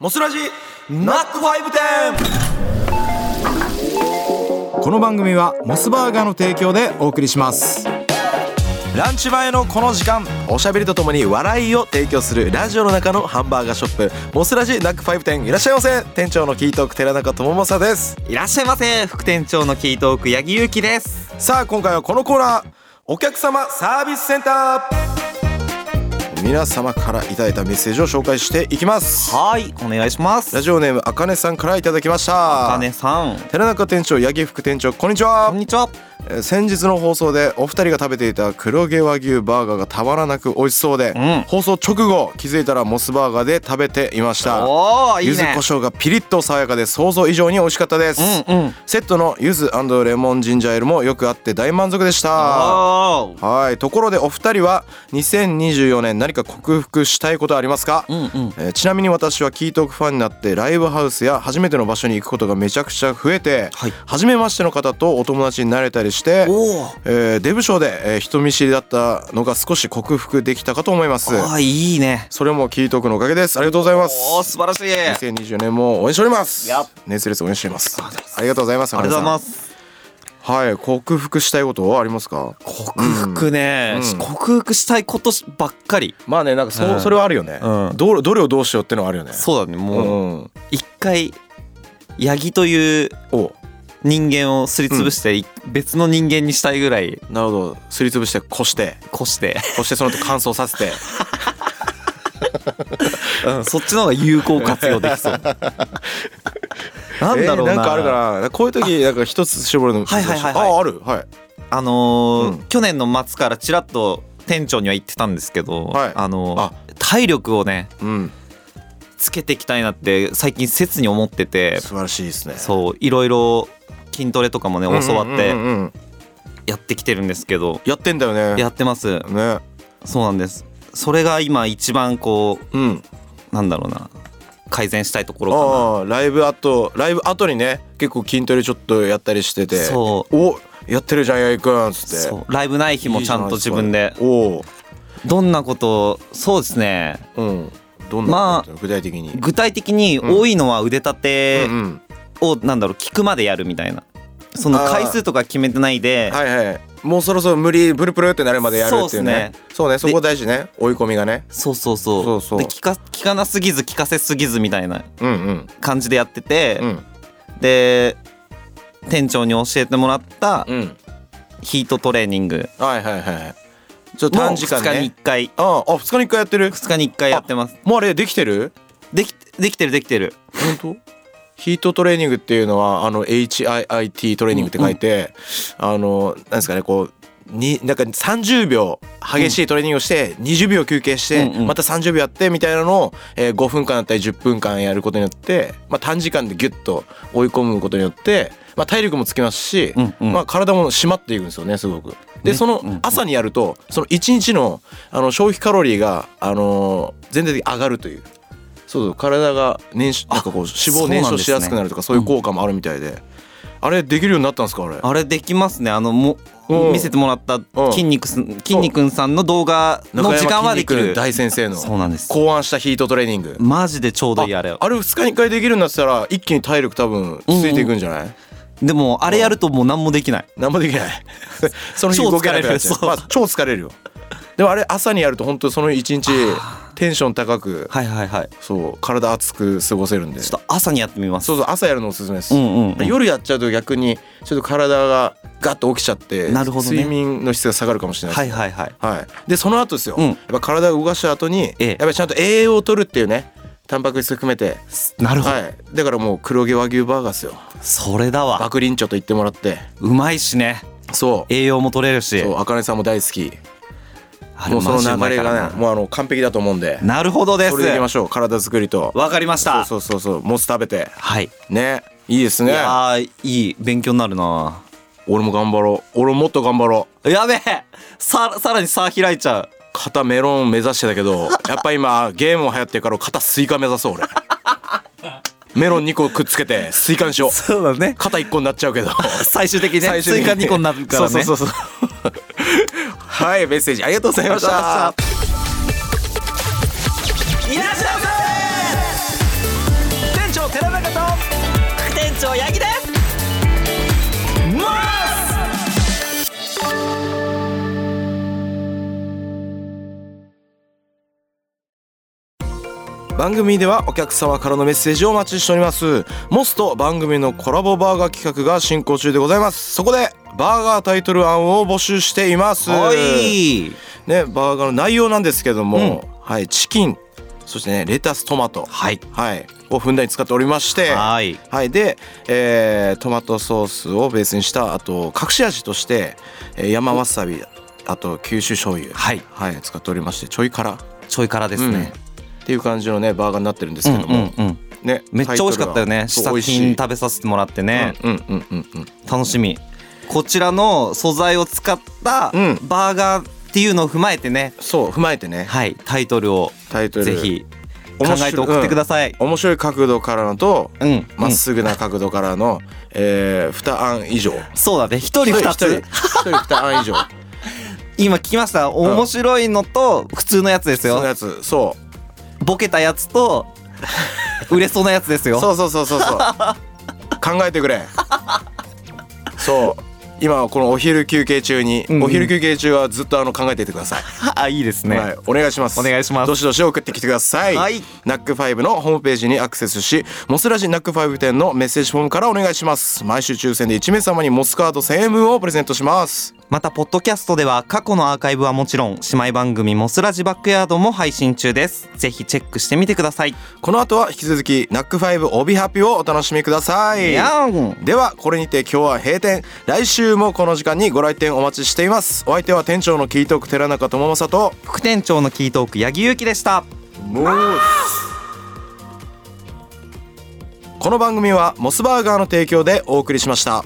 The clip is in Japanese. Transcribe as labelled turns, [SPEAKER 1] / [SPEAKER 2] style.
[SPEAKER 1] モスラジナックファイブ店
[SPEAKER 2] この番組はモスバーガーの提供でお送りします
[SPEAKER 1] ランチ前のこの時間おしゃべりとともに笑いを提供するラジオの中のハンバーガーショップモスラジナックファイブ店いらっしゃいませ店長のキートーク寺中智正です
[SPEAKER 3] いらっしゃいませ副店長のキートーク八木ゆうきです
[SPEAKER 1] さあ今回はこのコーナーお客様サービスセンター皆様からいただいたメッセージを紹介していきます
[SPEAKER 3] はいお願いします
[SPEAKER 1] ラジオネームあかねさんからいただきました
[SPEAKER 3] あかねさん
[SPEAKER 1] 寺中店長八木副店長こんにちは
[SPEAKER 3] こんにちは
[SPEAKER 1] えー先日の放送でお二人が食べていた黒毛和牛バーガーがたまらなく美味しそうで、
[SPEAKER 3] ん
[SPEAKER 1] 放送直後気づいたらモスバーガーで食べていました
[SPEAKER 3] おーいい
[SPEAKER 1] 柚子
[SPEAKER 3] ね
[SPEAKER 1] 胡椒がピリッと爽やかで想像以上に美味しかったです、
[SPEAKER 3] うんうん
[SPEAKER 1] セットの柚子レモンジンジャーエールもよくあって大満足でした
[SPEAKER 3] おー
[SPEAKER 1] はいところでお二人は2024年何か克服したいことありますか、
[SPEAKER 3] うんうん
[SPEAKER 1] えーちなみに私はキートークファンになってライブハウスや初めての場所に行くことがめちゃくちゃ増えて、
[SPEAKER 3] はい
[SPEAKER 1] 初めましての方とお友達になれたりして、
[SPEAKER 3] おー
[SPEAKER 1] えーデブ賞で、えー人見知りだったのが少し克服できたかと思います
[SPEAKER 3] あーいいね
[SPEAKER 1] それもキートークのおかげですありがとうございます
[SPEAKER 3] おー素晴らしいあり
[SPEAKER 1] 2020年も応援しております
[SPEAKER 3] やっ
[SPEAKER 1] 熱烈応援していますありがとうございます
[SPEAKER 3] がとうございますす
[SPEAKER 1] はい克服したいことはありますか
[SPEAKER 3] 克服ね、
[SPEAKER 1] うん
[SPEAKER 3] 克服したいことばっかり
[SPEAKER 1] まあねなんかそ,、
[SPEAKER 3] うん
[SPEAKER 1] それはあるよね、
[SPEAKER 3] うん
[SPEAKER 1] どれどれをどうしようってのはあるよね
[SPEAKER 3] そうだね
[SPEAKER 1] う
[SPEAKER 3] もうん一回八木という
[SPEAKER 1] お
[SPEAKER 3] 人間をすりつぶして、い別の人間にしたいぐらい
[SPEAKER 1] なるほどすりつぶしてこして
[SPEAKER 3] こして、
[SPEAKER 1] こしてその後乾燥させて
[SPEAKER 3] うん、そっちの方が有効活用できそう なんだろうな,、
[SPEAKER 1] えーなんかあるかなこういう時なんか一つ絞るの
[SPEAKER 3] はいはいはいはい
[SPEAKER 1] ああるはい
[SPEAKER 3] あのー
[SPEAKER 1] うん
[SPEAKER 3] 去年の末からちらっと店長には言ってたんですけど、
[SPEAKER 1] はい
[SPEAKER 3] あのー
[SPEAKER 1] あ
[SPEAKER 3] 体力をね
[SPEAKER 1] うん
[SPEAKER 3] つけていきたいなって最近切に思ってて
[SPEAKER 1] 素晴らしいですね
[SPEAKER 3] そういろいろ筋トレとかもね教わっ
[SPEAKER 1] うんうん
[SPEAKER 3] て
[SPEAKER 1] うんうん
[SPEAKER 3] やってきてるんですけど、
[SPEAKER 1] やってんだよね
[SPEAKER 3] やってます
[SPEAKER 1] ね
[SPEAKER 3] そうなんですそれが今一番こ
[SPEAKER 1] うん
[SPEAKER 3] うなんだろうな改善したいところか
[SPEAKER 1] ああライブ後ライブ後にね結構筋トレちょっとやったりしてて
[SPEAKER 3] なそう
[SPEAKER 1] おやってるじゃんやいくんっつって
[SPEAKER 3] そうライブない日もちゃんと自分で
[SPEAKER 1] おお
[SPEAKER 3] どんなことをそうですね
[SPEAKER 1] うんどんなことだったの具体的に
[SPEAKER 3] 具体的に
[SPEAKER 1] うん
[SPEAKER 3] 多いのは腕立て
[SPEAKER 1] うんうん
[SPEAKER 3] をなんだろう聞くまでやるみたいなその
[SPEAKER 1] あー
[SPEAKER 3] 回数とか決めてないで、
[SPEAKER 1] はいはいもうそろそろ無理ブルブルってなるまでやるっていうねそうねそこ大事ね追い込みがね
[SPEAKER 3] そうそうそう
[SPEAKER 1] そうそう
[SPEAKER 3] で聞か聞かなすぎず聞かせすぎずみたいな
[SPEAKER 1] うんうん
[SPEAKER 3] 感じでやってて、
[SPEAKER 1] うん
[SPEAKER 3] で店長に教えてもらった
[SPEAKER 1] うん
[SPEAKER 3] ヒートトレーニング
[SPEAKER 1] はいはいはいちょっと
[SPEAKER 3] も
[SPEAKER 1] 短時間
[SPEAKER 3] 2日に
[SPEAKER 1] ね
[SPEAKER 3] 1回
[SPEAKER 1] ああ二日に一回やってる
[SPEAKER 3] 2日に1回やってます
[SPEAKER 1] もうあれできてる
[SPEAKER 3] できできてるできてる
[SPEAKER 1] 本当ヒートトレーニングっていうのはあの HIIT トレーニングって書いて、あのなんですかねこうになんか30秒激しいトレーニングをして20秒休憩して、
[SPEAKER 3] うんうん
[SPEAKER 1] また30秒やってみたいなのを、えー5分間だったり10分間やることによって、まあ、短時間でギュッと追い込むことによって、まあ、体力もつきますし、
[SPEAKER 3] うんうん
[SPEAKER 1] まあ、体も締まっていくんですよねすごく。で
[SPEAKER 3] ね
[SPEAKER 1] そ
[SPEAKER 3] うんう
[SPEAKER 1] の
[SPEAKER 3] ん
[SPEAKER 1] 朝にやるとその1日のあの消費カロリーが、あのー全体的に上がるという。そうそう体が燃焼なんかこう脂肪を燃焼しやすくなるとかそ
[SPEAKER 3] そうう
[SPEAKER 1] いうん
[SPEAKER 3] なです
[SPEAKER 1] 効
[SPEAKER 3] ね
[SPEAKER 1] 果もあるみたいで、あれできるようになったんですかあれ
[SPEAKER 3] あれできますねあのも
[SPEAKER 1] うん
[SPEAKER 3] 見せてもらった
[SPEAKER 1] うん
[SPEAKER 3] 筋肉す筋肉さんの動画の時間はでき
[SPEAKER 1] 中山筋肉
[SPEAKER 3] る
[SPEAKER 1] 大先生の
[SPEAKER 3] そうなんです
[SPEAKER 1] 考案したヒートトレーニング
[SPEAKER 3] マジでちょうどいいあれ
[SPEAKER 1] あれ2日に1回できるようになってたら一気に体力多分ついていくんじゃない、
[SPEAKER 3] でもあれやるともう何もできない
[SPEAKER 1] なんもでき ないその日
[SPEAKER 3] 超
[SPEAKER 1] 動けなくなっちゃ
[SPEAKER 3] 疲れる
[SPEAKER 1] う、
[SPEAKER 3] そう
[SPEAKER 1] まあ、超疲れるよでもあれ朝にやると本当その一日テンション高く
[SPEAKER 3] はいはいはい
[SPEAKER 1] そう体熱く過ごせるんで
[SPEAKER 3] ち
[SPEAKER 1] そ
[SPEAKER 3] ょっと朝にやってみます
[SPEAKER 1] うそう朝やるのおすすめです、
[SPEAKER 3] うんうんうん
[SPEAKER 1] 夜やっちゃうと逆にちょっと体がガッと起きちゃって
[SPEAKER 3] なるほどね
[SPEAKER 1] 睡眠の質が下がるかもしれないです
[SPEAKER 3] はいはいはい
[SPEAKER 1] はい、でその後ですよ、
[SPEAKER 3] うん
[SPEAKER 1] やっぱ体を動かした後に、
[SPEAKER 3] ええ
[SPEAKER 1] やっぱりちゃんと栄養を取るっていうねタンパク質含めて、
[SPEAKER 3] なるほど、
[SPEAKER 1] はい、だからもう黒毛和牛バーガーですよ
[SPEAKER 3] それだわ
[SPEAKER 1] 爆林長と言ってもらって
[SPEAKER 3] うまいしね
[SPEAKER 1] そう
[SPEAKER 3] 栄養も取れるし
[SPEAKER 1] そう茜さんも大好き
[SPEAKER 3] あれ
[SPEAKER 1] もうそ
[SPEAKER 3] マジう
[SPEAKER 1] の
[SPEAKER 3] ま
[SPEAKER 1] 流
[SPEAKER 3] い
[SPEAKER 1] れ
[SPEAKER 3] から
[SPEAKER 1] がねもうあの完璧だと思うんで
[SPEAKER 3] なるほどで
[SPEAKER 1] それでいきますしょう体作りと
[SPEAKER 3] わかりました
[SPEAKER 1] そうそうそうそうモス食べて
[SPEAKER 3] はい
[SPEAKER 1] ねいいです
[SPEAKER 3] い
[SPEAKER 1] ね
[SPEAKER 3] やーいい勉強になるな
[SPEAKER 1] 俺も頑張ろう俺ももっと頑張ろう
[SPEAKER 3] やべえささらに差開いちゃう
[SPEAKER 1] 肩メロン目指してたけ どやっぱ今ゲームも流行ってるから肩スイカ目指そう俺メロン2個くっつけてスイカにしよう
[SPEAKER 3] そうだね
[SPEAKER 1] 肩一個になっちゃうけど
[SPEAKER 3] 最終的にね
[SPEAKER 1] 最終
[SPEAKER 3] ス
[SPEAKER 1] 的
[SPEAKER 3] イ
[SPEAKER 1] に
[SPEAKER 3] カ2個になるからね
[SPEAKER 1] そうそうそうそう はいメッセージありがとうございました
[SPEAKER 3] いらっしゃいませ
[SPEAKER 1] 番組ではお客様からのメッセージをお待ちしておりますモスと番組のコラボバーガー企画が進行中でございますそこでバーガータイトル案を募集しています
[SPEAKER 3] はい
[SPEAKER 1] ね、バーガーの内容なんですけども、はい、チキンそしてねレタストマト、
[SPEAKER 3] はい
[SPEAKER 1] はい、をふんだんに使っておりまして
[SPEAKER 3] はい
[SPEAKER 1] はいで、えートマトソースをベースにしたあと隠し味として、えー山わさびあと九州醤油
[SPEAKER 3] はい
[SPEAKER 1] はい、使っておりましてちょい辛
[SPEAKER 3] ちょいからですね、
[SPEAKER 1] っていう感じのねバーガーになってるんですけども、
[SPEAKER 3] うんうん
[SPEAKER 1] ね
[SPEAKER 3] めっちゃ美味しかったよね試
[SPEAKER 1] タイトルはそう美
[SPEAKER 3] 作
[SPEAKER 1] 味し
[SPEAKER 3] 品
[SPEAKER 1] い
[SPEAKER 3] 食べさせてもらってね、
[SPEAKER 1] うんうんうんうん
[SPEAKER 3] 楽しみこちらの素材を使った
[SPEAKER 1] うん
[SPEAKER 3] バーガーっていうのを踏まえてね、
[SPEAKER 1] そう踏まえてね
[SPEAKER 3] はいタイトルを
[SPEAKER 1] タイトル
[SPEAKER 3] ぜひ考えて送ってください、
[SPEAKER 1] 面白い角度からのと
[SPEAKER 3] うん
[SPEAKER 1] まっすぐな角度からの、えー、2案以上
[SPEAKER 3] そうだね一人二
[SPEAKER 1] 一
[SPEAKER 3] つ
[SPEAKER 1] 人2案以上
[SPEAKER 3] 今聞きました面白いのと普通のやつです
[SPEAKER 1] その
[SPEAKER 3] よ
[SPEAKER 1] やつそ
[SPEAKER 3] ボケたや つと売れそうなやつです
[SPEAKER 1] う
[SPEAKER 3] よ
[SPEAKER 1] そうそうそうそうそう考えてくれそう今このお昼休憩中に、
[SPEAKER 3] うんうん
[SPEAKER 1] お昼休憩中はずっとあの考えていてください、
[SPEAKER 3] あいいですね、
[SPEAKER 1] はい、お願いします
[SPEAKER 3] お願いします
[SPEAKER 1] どしどし送ってきてください、
[SPEAKER 3] はい
[SPEAKER 1] ナックファイブのホームページにアクセスしモスラジナックファイブ店のメッセージフォームからお願いします毎週抽選で1名様にモスカード1000円分をプレゼントします
[SPEAKER 3] またポッドキャストでは過去のアーカイブはもちろん姉妹番組「モスラジバックヤード」も配信中ですぜひチェックしてみてください
[SPEAKER 1] この後は引き続きナックファイブ帯ハッピーをお楽しみください
[SPEAKER 3] やん
[SPEAKER 1] ではこれにて今日は閉店来週もこの時間にご来店お待ちしていますお相手は店長のキートーク寺中智正と
[SPEAKER 3] 副店長のキートーク八木ゆうきでした
[SPEAKER 1] モーこの番組はモスバーガーの提供でお送りしました